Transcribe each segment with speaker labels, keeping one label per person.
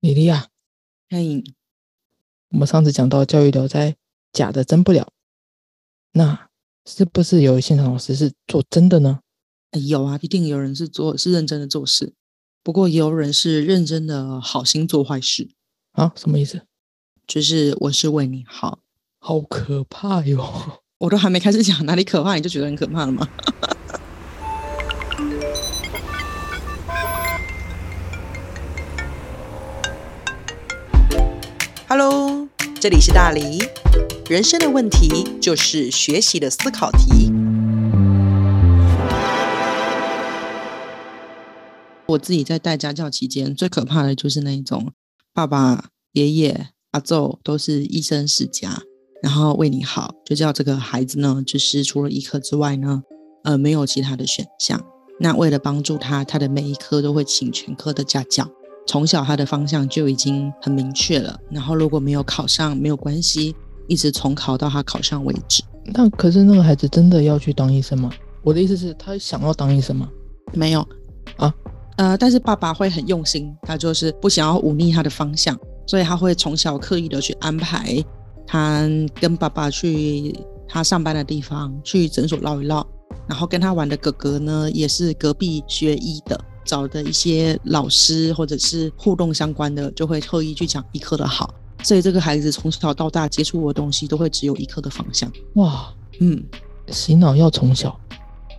Speaker 1: 米莉亚，
Speaker 2: 嘿，
Speaker 1: 啊我们上次讲到教育聊斋假的真不了，那是不是有现场老师是做真的呢？
Speaker 2: 哎有啊，一定有人是做是认真的做事，不过也有人是认真的好心做坏事，
Speaker 1: 啊，什么意思？
Speaker 2: 就是我是为你好。
Speaker 1: 好可怕哟！
Speaker 2: 我都还没开始讲哪里可怕，你就觉得很可怕了吗？Hello，这里是大黎。人生的问题就是学习的思考题。我自己在带家教期间，最可怕的就是那一种爸爸、爷爷、阿昼都是医生世家，然后为你好，就叫这个孩子呢，就是除了医科之外呢，呃，没有其他的选项。那为了帮助他，他的每一科都会请全科的家教。从小他的方向就已经很明确了，然后如果没有考上没有关系，一直重考到他考上为止。
Speaker 1: 那可是那个孩子真的要去当医生吗？我的意思是，他想要当医生吗？
Speaker 2: 没有
Speaker 1: 啊，
Speaker 2: 呃，但是爸爸会很用心，他就是不想要忤逆他的方向，所以他会从小刻意的去安排他跟爸爸去他上班的地方，去诊所绕一绕，然后跟他玩的哥哥呢，也是隔壁学医的。找的一些老师或者是互动相关的，就会特意去讲医科的好，所以这个孩子从小到大接触的东西都会只有医科的方向。
Speaker 1: 哇，
Speaker 2: 嗯，
Speaker 1: 洗脑要从小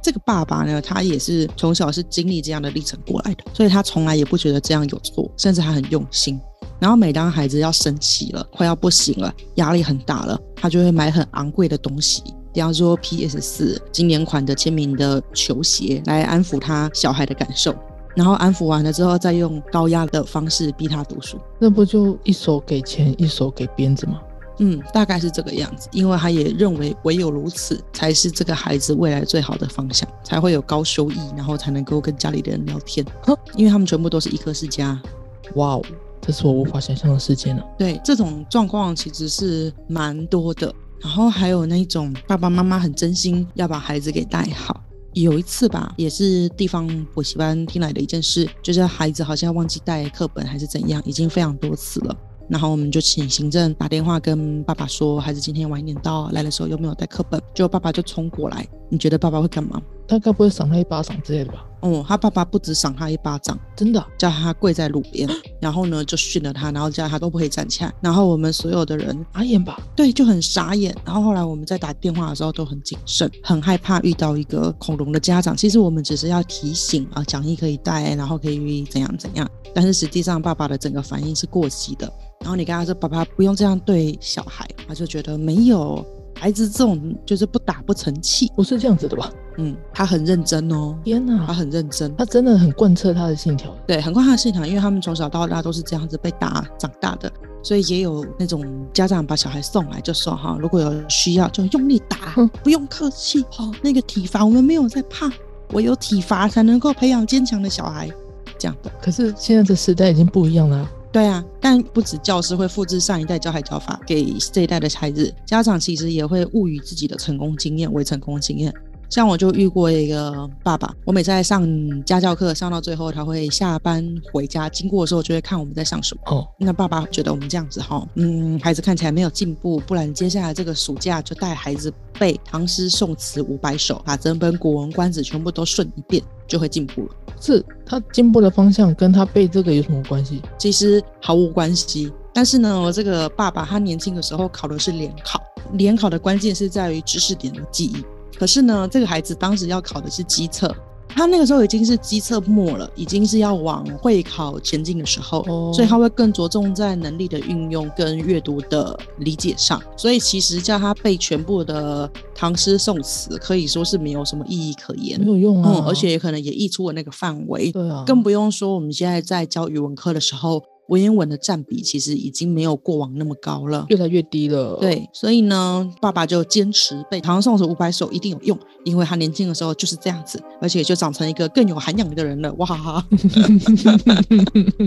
Speaker 2: 这个爸爸呢，他也是从小是经历这样的历程过来的，所以他从来也不觉得这样有错，甚至他很用心。然后每当孩子要生气了，快要不行了，压力很大了，他就会买很昂贵的东西，比方说 PS 四经典款的签名的球鞋来安抚他小孩的感受。然后安抚完了之后，再用高压的方式逼他读书。
Speaker 1: 那不就一手给钱，一手给鞭子吗？
Speaker 2: 嗯，大概是这个样子，因为他也认为唯有如此才是这个孩子未来最好的方向，才会有高收益，然后才能够跟家里的人聊天，因为他们全部都是医科世家。
Speaker 1: 哇哦，这是我无法想象的啊世界呢！
Speaker 2: 对，这种状况其实是蛮多的。然后还有那种爸爸妈妈很真心要把孩子给带好。有一次吧，也是地方补习班听来的一件事，就是孩子好像忘记带课本还是怎样，已经非常多次了。然后我们就请行政打电话跟爸爸说，孩子今天晚一点到来的时候有没有带课本？结果爸爸就冲过来，你觉得爸爸会干嘛？
Speaker 1: 他该不会赏他一巴掌之类的吧？
Speaker 2: 哦，他爸爸不止赏他一巴掌，
Speaker 1: 真的啊、
Speaker 2: 叫他跪在路边，然后呢就训了他，然后叫他都不可以站起来。然后我们所有的人
Speaker 1: 阿眼吧？
Speaker 2: 对，就很傻眼。然后后来我们在打电话的时候都很谨慎，很害怕遇到一个恐龙的家长。其实我们只是要提醒啊，讲义可以带，然后可以怎样怎样。但是实际上，爸爸的整个反应是过激的。然后你跟他说：“爸爸不用这样对小孩。”他就觉得没有孩子这种就是不打不成器。
Speaker 1: 不是这样子的吧？
Speaker 2: 嗯，他很认真哦，
Speaker 1: 天哪、
Speaker 2: 他很认真。
Speaker 1: 他真的很贯彻他的信条。
Speaker 2: 对，很快他的现场，因为他们从小到大都是这样子被打长大的，所以也有那种家长把小孩送来就说哈，如果有需要就用力打
Speaker 1: 嗯，
Speaker 2: 不用客气哈、那个体罚我们没有在怕，唯有体罚才能够培养坚强的小孩，这样的。
Speaker 1: 可是现在的时代已经不一样了啊、
Speaker 2: 对啊，但不止教师会复制上一代教孩教法给这一代的孩子，家长其实也会误以自己的成功经验为成功经验。像我就遇过一个爸爸，我每次在上家教课上到最后，他会下班回家经过的时候，就会看我们在上什么。
Speaker 1: 哦，
Speaker 2: 那爸爸觉得我们这样子哈，嗯，孩子看起来没有进步，不然接下来这个暑假就带孩子背唐诗宋词五百首，把整本《古文观止》全部都顺一遍，就会进步了。
Speaker 1: 是他进步的方向跟他背这个有什么关系？
Speaker 2: 其实毫无关系。但是呢，我这个爸爸他年轻的时候考的是联考，联考的关键是在于知识点的记忆。可是呢，这个孩子当时要考的是机测，他那个时候已经是机测末了，已经是要往会考前进的时候，
Speaker 1: 哦
Speaker 2: 所以他会更着重在能力的运用跟阅读的理解上。所以其实叫他背全部的唐诗宋词，可以说是没有什么意义可言
Speaker 1: 没。有用啊！
Speaker 2: 嗯，而且也可能也溢出了那个范围。
Speaker 1: 对啊，
Speaker 2: 更不用说我们现在在教语文课的时候，文言文的占比其实已经没有过往那么高了。
Speaker 1: 越来越低了。，
Speaker 2: 对，所以呢，爸爸就坚持背《唐诗宋词五百首》一定有用，因为他年轻的时候就是这样子，而且就长成一个更有涵养的人了。哇哈哈，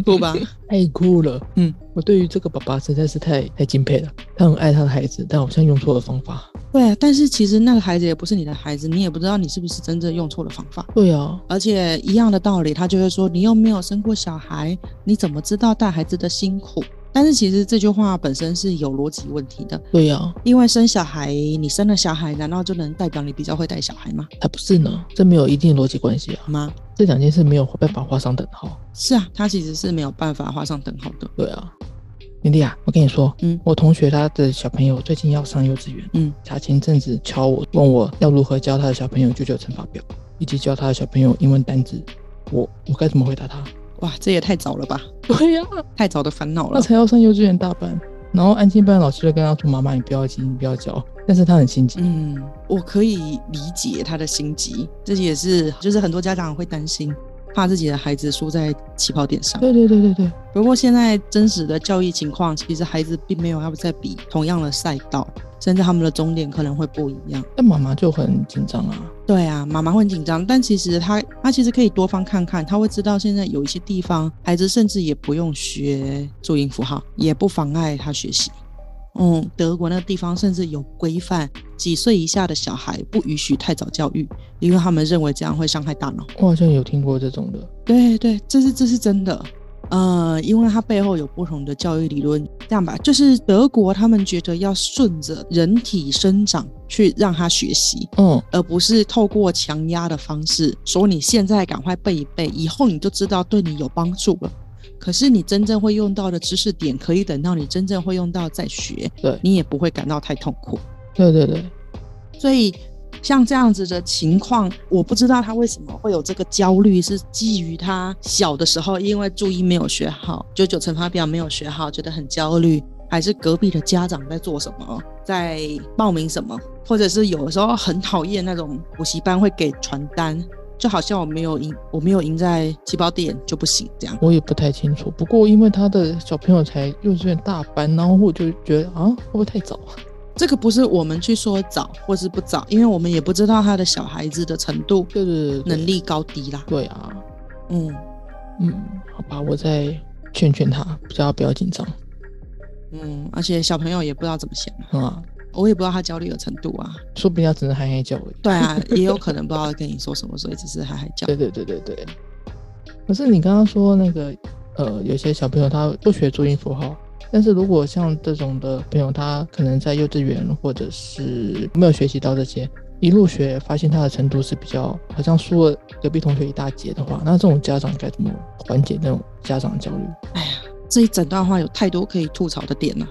Speaker 2: 酷吧？
Speaker 1: 太酷了。
Speaker 2: 嗯，
Speaker 1: 我对于这个爸爸实在是太太敬佩了。他很爱他的孩子，但好像用错了方法。
Speaker 2: 对啊，但是其实那个孩子也不是你的孩子，你也不知道你是不是真正用错了方法。
Speaker 1: 对啊，
Speaker 2: 而且一样的道理，他就会说你又没有生过小孩，你怎么知道带孩子的辛苦？但是其实这句话本身是有逻辑问题的，
Speaker 1: 对啊，
Speaker 2: 因为生小孩，你生了小孩，难道就能代表你比较会带小孩吗？
Speaker 1: 才不是呢，这没有一定的逻辑关系啊，
Speaker 2: 吗？
Speaker 1: 这两件事没有办法画上等号。
Speaker 2: 是啊，他其实是没有办法画上等号的。
Speaker 1: 对啊，米莉啊，我跟你说，
Speaker 2: 嗯
Speaker 1: 我同学他的小朋友最近要上幼稚园，
Speaker 2: 嗯，
Speaker 1: 他前阵子敲我问我要如何教他的小朋友九九乘法表，以及教他的小朋友英文单字，我我该怎么回答 他？
Speaker 2: 哇，这也太早了吧，
Speaker 1: 对呀、
Speaker 2: 太早的烦恼
Speaker 1: 他
Speaker 2: 了。
Speaker 1: 才要上幼稚园大班，然后安静班的老师就跟他说：“妈妈，你不要急，你不要教。”但是他很心急，
Speaker 2: 嗯，我可以理解他的心急，这也是就是很多家长会担心，怕自己的孩子输在起跑点上。
Speaker 1: 对对对对对，
Speaker 2: 不过现在真实的教育情况，其实孩子并没有要再比同样的赛道，甚至他们的终点可能会不一样。
Speaker 1: 但妈妈就很紧张啊。
Speaker 2: 对啊，妈妈会很紧张，但其实她她其实可以多方看看，她会知道现在有一些地方孩子甚至也不用学注音符号，也不妨碍他学习。嗯，德国那个地方甚至有规范，几岁以下的小孩不允许太早教育，因为他们认为这样会伤害大脑。
Speaker 1: 我好像有听过这种的，
Speaker 2: 对对，这是这是真的。呃，因为它背后有不同的教育理论，这样吧，就是德国他们觉得要顺着人体生长去让他学习，
Speaker 1: 嗯，
Speaker 2: 而不是透过强压的方式说你现在赶快背一背，以后你就知道对你有帮助了。可是你真正会用到的知识点，可以等到你真正会用到再学，
Speaker 1: 对
Speaker 2: 你也不会感到太痛苦。
Speaker 1: 对对对，
Speaker 2: 所以像这样子的情况，我不知道他为什么会有这个焦虑，是基于他小的时候因为注音没有学好，九九乘法表没有学好，觉得很焦虑，还是隔壁的家长在做什么，在报名什么，或者是有的时候很讨厌那种补习班会给传单。就好像我没有赢，我没有赢在起跑点就不行这样。
Speaker 1: 我也不太清楚。不过因为他的小朋友才幼稚园大班，然后我就觉得啊，会不会太早啊？
Speaker 2: 这个不是我们去说早或是不早，因为我们也不知道他的小孩子的程度、
Speaker 1: 对对对，对
Speaker 2: 能力高低啦。
Speaker 1: 对啊，
Speaker 2: 嗯，
Speaker 1: 嗯，好吧，我再劝劝他，比较不要紧张，
Speaker 2: 嗯，而且小朋友也不知道怎么想啊，
Speaker 1: 嗯啊，
Speaker 2: 我也不知道他焦虑的程度啊。
Speaker 1: 说不定他只是嗨嗨叫而已。
Speaker 2: 对啊，也有可能不知道跟你说什么，所以只是还还叫。
Speaker 1: 对对对对对。可是你刚刚说那个，呃，有些小朋友他不学注音符号，但是如果像这种的朋友，他可能在幼稚园或者是没有学习到这些，一路学发现他的程度是比较好像输了隔壁同学一大截的话，那这种家长该怎么缓解那种家长焦虑？
Speaker 2: 这一整段话有太多可以吐槽的点了、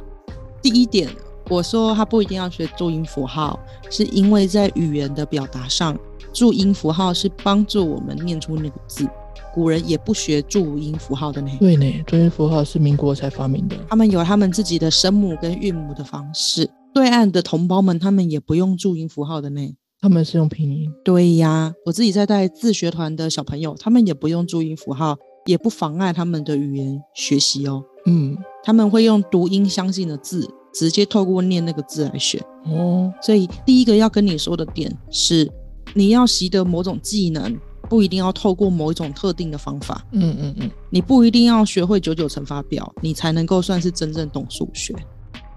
Speaker 2: 第一点，我说他不一定要学注音符号，是因为在语言的表达上，注音符号是帮助我们念出那个字。古人也不学注音符号的呢，
Speaker 1: 对呢，注音符号是民国才发明的，
Speaker 2: 他们有他们自己的声母跟韵母的方式。对岸的同胞们，他们也不用注音符号的呢。
Speaker 1: 他们是用拼音。
Speaker 2: 对呀，我自己在带自学团的小朋友，他们也不用注音符号，也不妨碍他们的语言学习哦。
Speaker 1: 嗯，
Speaker 2: 他们会用读音相近的字，直接透过念那个字来学。
Speaker 1: 哦，
Speaker 2: 所以第一个要跟你说的点是，你要习得某种技能，不一定要透过某一种特定的方法。
Speaker 1: 嗯嗯嗯，
Speaker 2: 你不一定要学会九九乘法表，你才能够算是真正懂数学。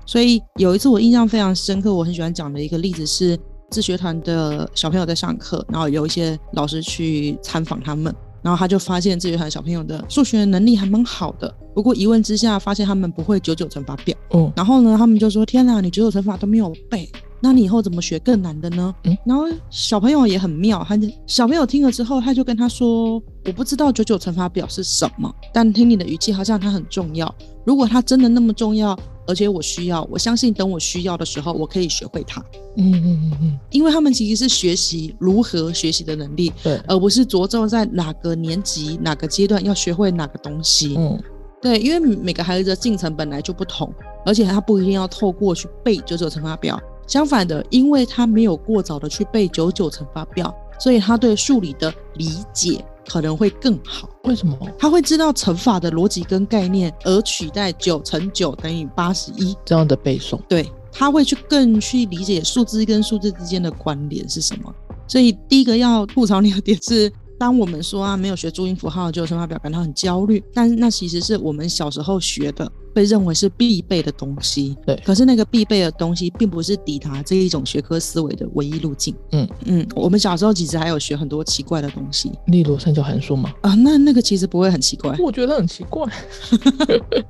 Speaker 2: 所以有一次我印象非常深刻，我很喜欢讲的一个例子是，自学团的小朋友在上课，然后有一些老师去参访他们，然后他就发现自学团小朋友的数学能力还蛮好的，不过一问之下发现他们不会九九乘法表。
Speaker 1: 哦，
Speaker 2: 然后呢，他们就说：“天哪，你九九乘法都没有背，那你以后怎么学更难的呢？”
Speaker 1: 嗯
Speaker 2: 然后小朋友也很妙，他就小朋友听了之后，他就跟他说：“我不知道九九乘法表是什么，但听你的语气好像它很重要。如果它真的那么重要，而且我需要，我相信等我需要的时候，我可以学会它。
Speaker 1: 嗯嗯嗯嗯，
Speaker 2: 因为他们其实是学习如何学习的能力，
Speaker 1: 对，
Speaker 2: 而不是着重在哪个年级、哪个阶段要学会哪个东西。
Speaker 1: 嗯，
Speaker 2: 对，因为每个孩子的进程本来就不同，而且他不一定要透过去背九九乘法表。相反的，因为他没有过早的去背九九乘法表，所以他对数理的理解可能会更好。
Speaker 1: 为什么？
Speaker 2: 他会知道乘法的逻辑跟概念，而取代九乘九等于八十一。
Speaker 1: 这样的背诵，
Speaker 2: 对，他会去更去理解数字跟数字之间的关联是什么。所以第一个要吐槽你的点是， 当我们说啊没有学注音符号就有乘法表感到很焦虑，但那其实是我们小时候学的，被认为是必备的东西。
Speaker 1: 对
Speaker 2: 可是那个必备的东西，并不是抵达这一种学科思维的唯一路径。
Speaker 1: 嗯
Speaker 2: 嗯，我们小时候其实还有学很多奇怪的东西
Speaker 1: 例如三角函数嘛，
Speaker 2: 啊，那那个其实不会很奇怪。
Speaker 1: 我觉得很奇怪。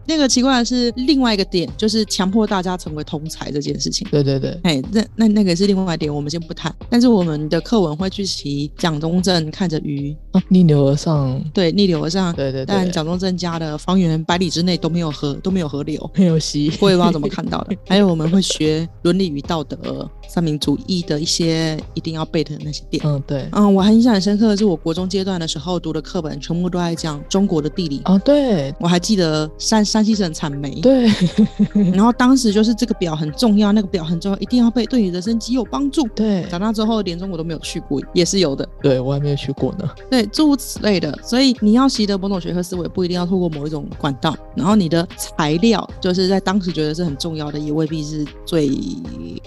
Speaker 2: 那个奇怪的是另外一个点，就是强迫大家成为通才这件事情。
Speaker 1: 对对对，
Speaker 2: 哎，那那那个是另外一点，我们先不谈。但是我们的课文会去骑蒋中正看着鱼，
Speaker 1: 啊，逆流而上，
Speaker 2: 对，逆流而上。
Speaker 1: 对对
Speaker 2: 但
Speaker 1: 对，
Speaker 2: 蒋中正家的方圆百里之内都没有河，都没有河流，
Speaker 1: 很有戏。
Speaker 2: 我也不知道怎么看到的。 还有我们会学伦理与道德、三民主义的一些一定要背的那些点。
Speaker 1: 嗯，对
Speaker 2: 嗯，我还印象很深刻的是，我国中阶段的时候读的课本全部都在讲中国的地理。
Speaker 1: 啊，对
Speaker 2: 我还记得山山西省产煤，
Speaker 1: 对，
Speaker 2: 然后当时就是这个表很重要，那个表很重要，一定要背，对你人生极有帮助。
Speaker 1: 对
Speaker 2: 长大之后，连中国都没有去过，也是有的，
Speaker 1: 对，我还没有去过呢。
Speaker 2: 对，诸如此类的。所以你要习得某种学科思维，不一定要透过某一种管道。然后你的材料，就是在当时觉得是很重要的，也未必是最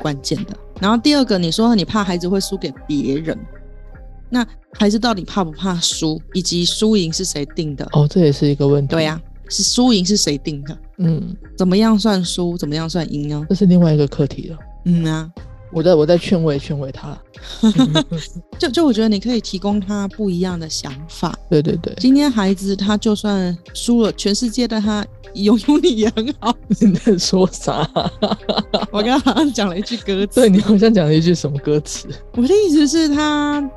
Speaker 2: 关键的。然后第二个，你说你怕孩子会输给别人，那孩子到底怕不怕输，以及输赢是谁定的？
Speaker 1: 哦，这也是一个问题。
Speaker 2: 对呀、啊是输赢是谁定的？
Speaker 1: 嗯，
Speaker 2: 怎么样算输？怎么样算赢呢？
Speaker 1: 这是另外一个课题了。
Speaker 2: 嗯啊，
Speaker 1: 我在我在劝慰劝慰 他。
Speaker 2: 就就我觉得你可以提供他不一样的想法。
Speaker 1: 对对对，
Speaker 2: 今天孩子他就算输了全世界，但他拥有你也很 好。
Speaker 1: 你在说啥？
Speaker 2: 我刚刚好像讲了一句歌词，
Speaker 1: 对你好像讲了一句什么歌词？
Speaker 2: 我的意思是他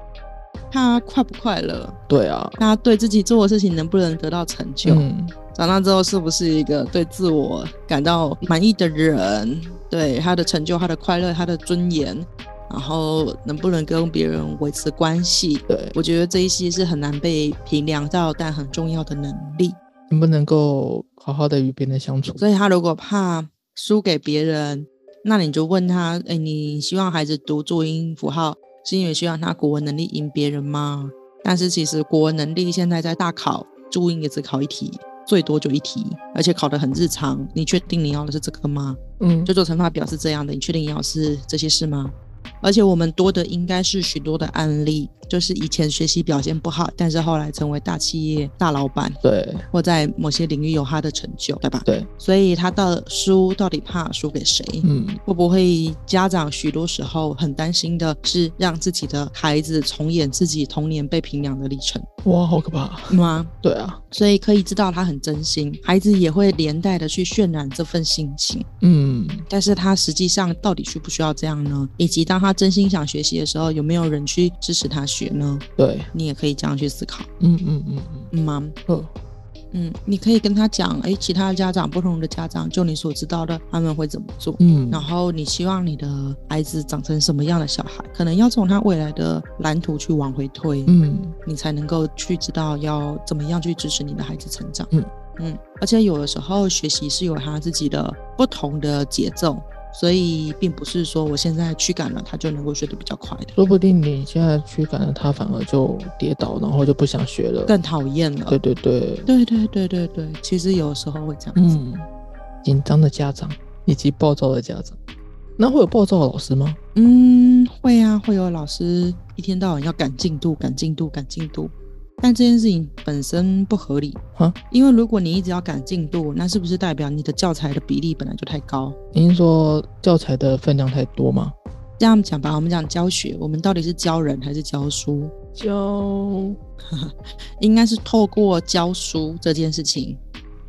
Speaker 2: 他快不快乐，
Speaker 1: 对啊，
Speaker 2: 他对自己做的事情能不能得到成就，
Speaker 1: 嗯，
Speaker 2: 长大之后是不是一个对自我感到满意的人，对他的成就、他的快乐、他的尊严，然后能不能跟别人维持关系，
Speaker 1: 对，
Speaker 2: 我觉得这一些是很难被评量到，但很重要的能力。
Speaker 1: 能不能够好好的与别人相处？
Speaker 2: 所以他如果怕输给别人，那你就问他：哎，你希望孩子读注音符号，是因为希望他国文能力赢别人吗？但是其实国文能力现在在大考，注音也只考一题，最多就一题，而且考得很日常。你确定你要的是这个吗？
Speaker 1: 嗯，
Speaker 2: 就做乘法表是这样的，你确定要是这些事吗？而且我们多的应该是许多的案例，就是以前学习表现不好，但是后来成为大企业大老板，
Speaker 1: 对
Speaker 2: 或在某些领域有他的成就，对吧？
Speaker 1: 对，
Speaker 2: 所以他到底输到底怕输给谁？
Speaker 1: 嗯，
Speaker 2: 会不会家长许多时候很担心的是让自己的孩子重演自己童年被平凉的历程
Speaker 1: 哇，好可怕。
Speaker 2: 吗？
Speaker 1: 对啊，
Speaker 2: 所以可以知道他很真心，孩子也会连带的去渲染这份心情。
Speaker 1: 嗯，
Speaker 2: 但是他实际上到底需不需要这样呢？以及当他真心想学习的时候，有没有人去支持他学呢？
Speaker 1: 对，
Speaker 2: 你也可以这样去思考，
Speaker 1: 嗯嗯嗯嗯，
Speaker 2: 嗯吗？
Speaker 1: 哦，
Speaker 2: 嗯，你可以跟他讲，诶，其他的家长，不同的家长，就你所知道的，他们会怎么做？
Speaker 1: 嗯，
Speaker 2: 然后你希望你的孩子长成什么样的小孩，可能要从他未来的蓝图去往回推，
Speaker 1: 嗯，
Speaker 2: 你才能够去知道要怎么样去支持你的孩子成长。
Speaker 1: 嗯
Speaker 2: 嗯，而且有的时候学习是有他自己的不同的节奏，所以并不是说我现在驱赶了他就能够学得比较快的，
Speaker 1: 说不定你现在驱赶了他，反而就跌倒，然后就不想学了。
Speaker 2: 更讨厌
Speaker 1: 对
Speaker 2: 了。
Speaker 1: 对对，
Speaker 2: 对对对对对，其实有时候会这样子。
Speaker 1: 嗯，紧张的家长以及暴躁的家长，那会有暴躁的老师吗？
Speaker 2: 嗯，会啊，会有老师一天到晚要赶进度、赶进度、赶进度，但这件事情本身不合理
Speaker 1: 啊，
Speaker 2: 因为如果你一直要赶进度，那是不是代表你的教材的比例本来就太高？
Speaker 1: 您说教材的分量太多吗？
Speaker 2: 这样讲吧，我们讲教学，我们到底是教人还是教书？
Speaker 1: 教
Speaker 2: 应该是透过教书这件事情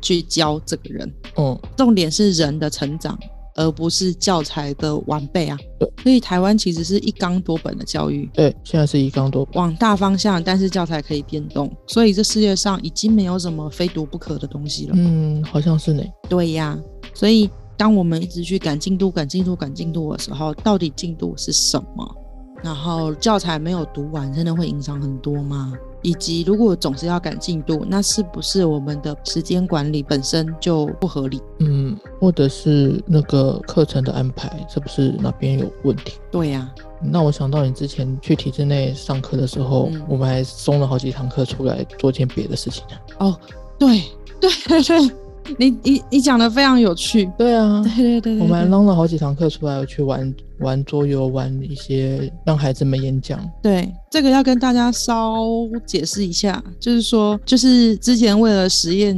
Speaker 2: 去教这个人，
Speaker 1: 嗯，
Speaker 2: 重点是人的成长，而不是教材的完备啊
Speaker 1: 对。
Speaker 2: 所以台湾其实是一纲多本的教育，
Speaker 1: 对，现在是一纲多，
Speaker 2: 往大方向，但是教材可以变动，所以这世界上已经没有什么非读不可的东西了。
Speaker 1: 嗯，好像是呢。
Speaker 2: 对呀，所以当我们一直去赶进度、赶进度、赶进度的时候，到底进度是什么？然后教材没有读完，真的会影响很多吗？以及如果总是要赶进度，那是不是我们的时间管理本身就不合理？
Speaker 1: 嗯，或者是那个课程的安排是不是哪边有问题？
Speaker 2: 对呀、
Speaker 1: 那我想到你之前去体制内上课的时候，
Speaker 2: 嗯
Speaker 1: 我们还松了好几堂课出来做件别的事情。啊
Speaker 2: 哦，对对对对，你你你讲的非常有趣。
Speaker 1: 对啊，
Speaker 2: 对对对对，
Speaker 1: 我们还
Speaker 2: 对
Speaker 1: 扔了好几堂课出来去玩玩桌游，玩一些让孩子们演讲。
Speaker 2: 对，这个要跟大家稍解释一下，就是说，就是之前为了实验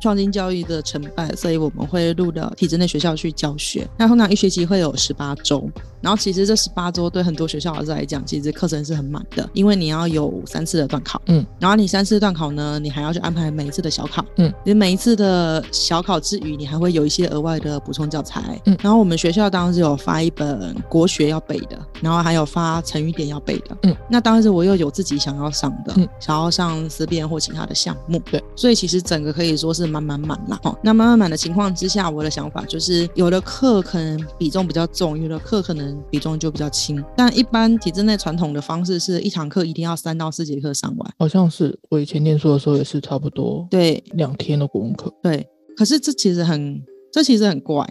Speaker 2: 创新教育的成败，所以我们会录到体制内学校去教学。那通常一学期会有十八周，然后其实这十八周对很多学校老师来讲，其实课程是很满的，因为你要有三次的段考，
Speaker 1: 嗯，
Speaker 2: 然后你三次段考呢，你还要去安排每一次的小考，
Speaker 1: 嗯，
Speaker 2: 你每一次的小考之余，你还会有一些额外的补充教材，
Speaker 1: 嗯
Speaker 2: 然后我们学校当时有发一本国学要背的，然后还有发成语典要背的，那当时我又有自己想要上的，
Speaker 1: 嗯
Speaker 2: 想要上思辨或其他的项目，
Speaker 1: 对，
Speaker 2: 所以其实整个可以说是满满满啦。哦，那满满满的情况之下，我的想法就是，有的课可能比重比较重，有的课可能比重就比较轻。但一般体制内传统的方式是一堂课一定要三到四节课上完，
Speaker 1: 好像是我以前念书的时候也是差不多
Speaker 2: 对
Speaker 1: 两天的国文课。
Speaker 2: 对。可是这其实很，这其实很怪。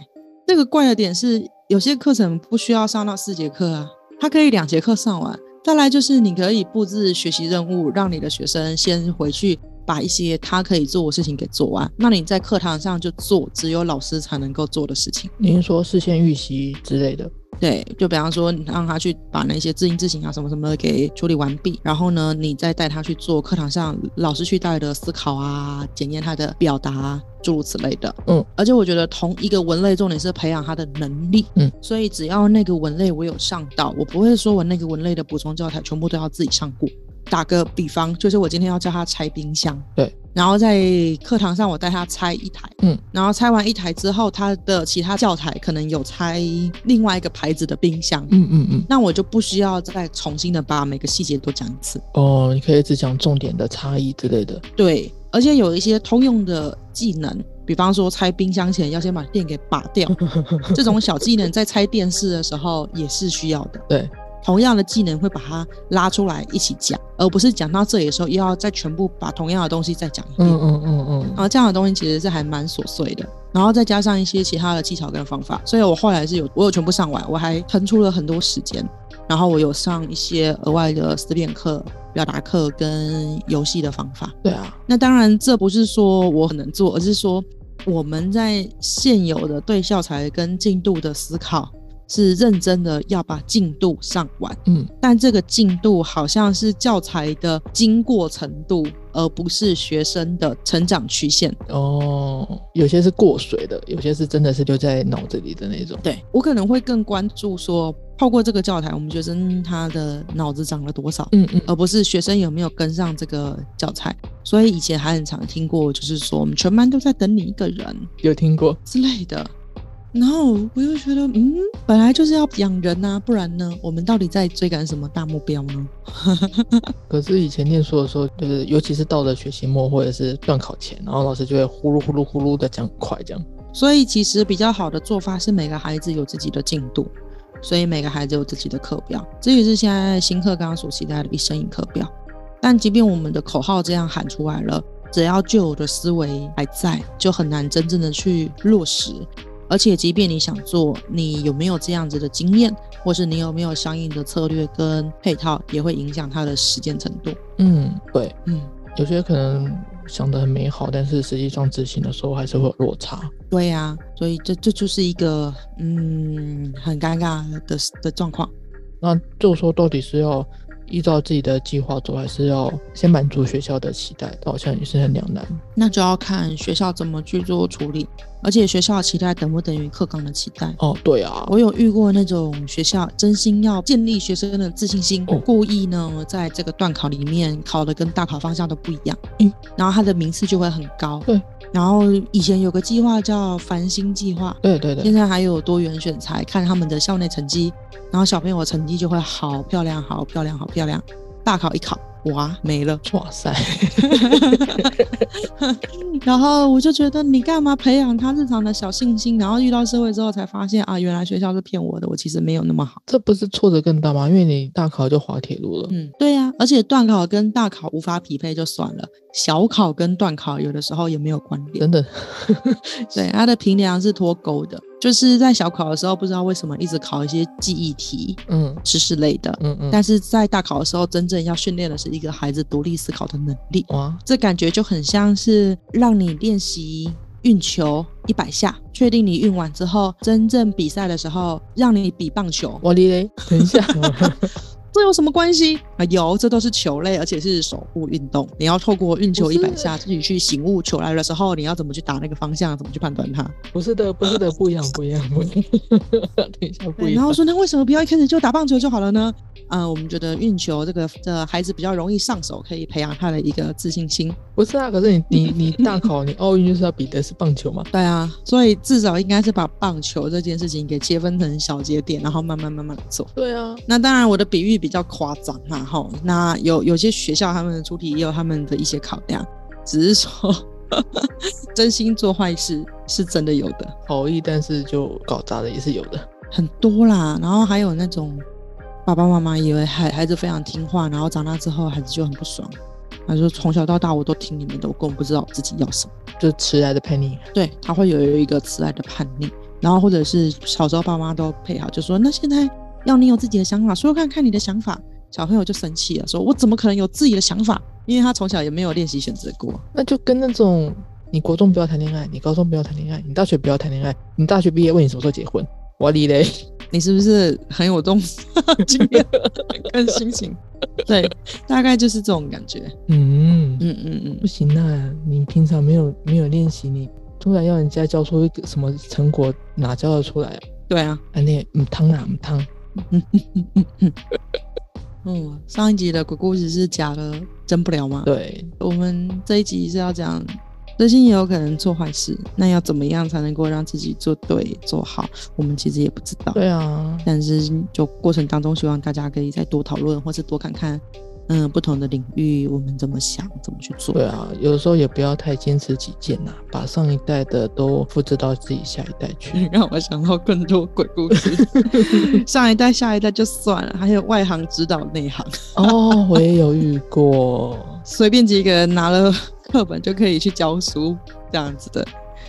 Speaker 2: 这个怪的点是，有些课程不需要上到四节课啊，它可以两节课上完。再来就是你可以布置学习任务，让你的学生先回去把一些他可以做的事情给做完。那你在课堂上就做只有老师才能够做的事情。
Speaker 1: 您说事先预习之类的，
Speaker 2: 对，就比方说让他去把那些字音字形啊什么什么的给处理完毕，然后呢，你再带他去做课堂上老师去带的思考啊，检验他的表达、啊。诸如此类的，
Speaker 1: 嗯，
Speaker 2: 而且我觉得同一个文类重点是培养他的能力，
Speaker 1: 嗯，
Speaker 2: 所以只要那个文类我有上到，我不会说我那个文类的补充教材全部都要自己上过。打个比方，就是我今天要教他拆冰箱，
Speaker 1: 对，嗯
Speaker 2: 然后在课堂上我带他拆一台，然后拆完一台之后，它的其他教材可能有拆另外一个牌子的冰箱，
Speaker 1: 嗯嗯嗯，
Speaker 2: 那我就不需要再重新的把每个细节都讲一次。
Speaker 1: 哦，你可以只讲重点的差异之类的。
Speaker 2: 对，而且有一些通用的技能，比方说拆冰箱前要先把电给拔掉，这种小技能在拆电视的时候也是需要的。
Speaker 1: 对。
Speaker 2: 同样的技能会把它拉出来一起讲，而不是讲到这里的时候又要再全部把同样的东西再讲一遍。
Speaker 1: 嗯嗯嗯
Speaker 2: 然
Speaker 1: 嗯，
Speaker 2: 后这样的东西其实是还蛮琐碎的，然后再加上一些其他的技巧跟方法，所以我后来是有我有全部上完，我还腾出了很多时间，然后我有上一些额外的思辨课、表达课跟游戏的方法。
Speaker 1: 对啊，
Speaker 2: 那当然，这不是说我很能做，而是说我们在现有的对教材跟进度的思考是认真的，要把进度上完。
Speaker 1: 嗯，
Speaker 2: 但这个进度好像是教材的经过程度，而不是学生的成长曲线。
Speaker 1: 哦，有些是过水的，有些是真的是留在脑子里的那种。
Speaker 2: 对我可能会更关注说，透过这个教材，我们学生他的脑子长了多少。
Speaker 1: 嗯嗯，
Speaker 2: 而不是学生有没有跟上这个教材，所以以前还很常听过，就是说我们全班都在等你一个人，
Speaker 1: 有听过。
Speaker 2: 之类的。然后我又觉得，嗯，本来就是要养人呐、不然呢，我们到底在追赶什么大目标呢？
Speaker 1: 可是以前念书的时候，就是尤其是到了学期末或者是段考前，然后老师就会呼噜呼噜呼噜的讲很快这样。
Speaker 2: 所以其实比较好的做法是每个孩子有自己的进度，所以每个孩子有自己的课表，这也是现在新课纲所期待的一生一课表。但即便我们的口号这样喊出来了，只要旧有的思维还在，就很难真正的去落实。而且，即便你想做，你有没有这样子的经验，或是你有没有相应的策略跟配套，也会影响它的实践程度。
Speaker 1: 嗯，对，
Speaker 2: 嗯，
Speaker 1: 有些可能想得很美好，但是实际上执行的时候还是会有落差。
Speaker 2: 对呀、所以这这就是一个嗯很尴尬的的状况。
Speaker 1: 那就说到底是要依照自己的计划走，还是要先满足学校的期待？好像也是很两难。
Speaker 2: 那就要看学校怎么去做处理，而且学校的期待等不等于课纲的期待。
Speaker 1: 哦，对啊，
Speaker 2: 我有遇过那种学校真心要建立学生的自信心，
Speaker 1: 哦
Speaker 2: 故意呢在这个段考里面考的跟大考方向都不一样，
Speaker 1: 嗯，
Speaker 2: 然后他的名次就会很高。
Speaker 1: 对，
Speaker 2: 然后以前有个计划叫繁星计划，
Speaker 1: 对对
Speaker 2: 现
Speaker 1: 对，
Speaker 2: 在还有多元选材，看他们的校内成绩，然后小朋友的成绩就会好漂亮，好漂亮，好漂亮。大考一考，哇，没了。
Speaker 1: 哇塞，
Speaker 2: 然后我就觉得你干嘛培养他日常的小信心？然后遇到社会之后才发现啊，原来学校是骗我的，我其实没有那么好。
Speaker 1: 这不是挫折更大吗？因为你大考就滑铁卢了。
Speaker 2: 嗯，对呀、而且段考跟大考无法匹配就算了，小考跟段考有的时候也没有关联。
Speaker 1: 真的，
Speaker 2: 对，它的平梁是脱钩的，就是在小考的时候不知道为什么一直考一些记忆题、
Speaker 1: 嗯
Speaker 2: 知识类的，
Speaker 1: 嗯嗯，
Speaker 2: 但是在大考的时候，真正要训练的是一个孩子独立思考的能力。
Speaker 1: 哇，
Speaker 2: 这感觉就很像是让你练习运球一百下，确定你运完之后，真正比赛的时候让你比棒球，
Speaker 1: 我哩嘞，等一下，
Speaker 2: 这有什么关系啊？有，这都是球类，而且是手部运动。你要透过运球
Speaker 1: 不
Speaker 2: 一
Speaker 1: 是
Speaker 2: 百下自己去醒悟球来的时候，你要怎么去打那个方向，怎么去判断它。
Speaker 1: 不是的，不是的，不一样，不一样， 不一样，等一下，不
Speaker 2: 对，
Speaker 1: 一
Speaker 2: 然后
Speaker 1: 样。
Speaker 2: 说那为什么不要一开始就打棒球就好了呢？嗯、我们觉得运球这个这孩子比较容易上手，可以培养他的一个自信心。
Speaker 1: 不是啊，可是你你你大考，你奥运就是要比的是棒球嘛？
Speaker 2: 对啊，所以至少应该是把棒球这件事情给切分成小节点，然后慢慢慢慢地做。
Speaker 1: 对啊，
Speaker 2: 那当然，我的比喻比较夸张啦，哈。那有有些学校他们的出题也有他们的一些考量，只是说 真心做坏事是真的有的
Speaker 1: 好意，但是就搞砸的也是有的。
Speaker 2: 很多啦。然后还有那种爸爸妈妈以为孩孩子非常听话，然后长大之后孩子就很不爽，他说从小到大我都听你们的，我根本不知道我自己要什么。
Speaker 1: 就迟来的 Penny，
Speaker 2: 对他会有一个迟来的叛逆，然后或者是小时候爸妈都配好，就说那现在要你有自己的想法，说说看看你的想法。小朋友就生气了，说我怎么可能有自己的想法？因为他从小也没有练习选择过。
Speaker 1: 那就跟那种你国中不要谈恋爱，你高中不要谈恋爱，你大学不要谈恋爱，你大学毕业问你什么时候结婚，我哩嘞，
Speaker 2: 你是不是很有动 经验跟心情？对，大概就是这种感觉。
Speaker 1: 嗯，
Speaker 2: 嗯嗯嗯
Speaker 1: 不，行啊，你平常没有没有练习，你突然要人家交出一个什么成果，哪交得出来啊？
Speaker 2: 对啊。
Speaker 1: 啊，那唔汤啊，唔汤，
Speaker 2: 嗯，上一集的鬼故事是假的，真不了吗？
Speaker 1: 对，
Speaker 2: 我们这一集是要讲，最近也有可能做坏事，那要怎么样才能够让自己做对做好？我们其实也不知道，
Speaker 1: 对啊，
Speaker 2: 但是就过程当中，希望大家可以再多讨论，或是多看看，嗯，不同的领域我们怎么想，怎么去做。
Speaker 1: 对啊，有的时候也不要太坚持己见呐、把上一代的都复制到自己下一代 去。
Speaker 2: 让我想到更多鬼故事， 上一代、下一代就算了，还有外行指导内行，
Speaker 1: 哦，我也有遇过，
Speaker 2: 随便几个人拿了课本就可以去教书，这样子的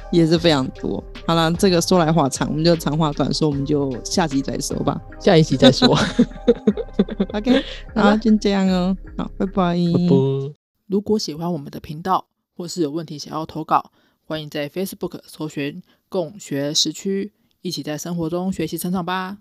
Speaker 2: 也是非常多。好了，这个说来话长，我们就长话短说，我们就下集再说吧。
Speaker 1: 下一集再说。
Speaker 2: OK，
Speaker 1: 好
Speaker 2: 好，
Speaker 1: 啦
Speaker 2: 就这样哦，好，拜拜。
Speaker 1: 不。
Speaker 3: 如果喜欢我们的频道，或是有问题想要投稿，欢迎在 Facebook 搜寻“共学时区”，一起在生活中学习成长吧。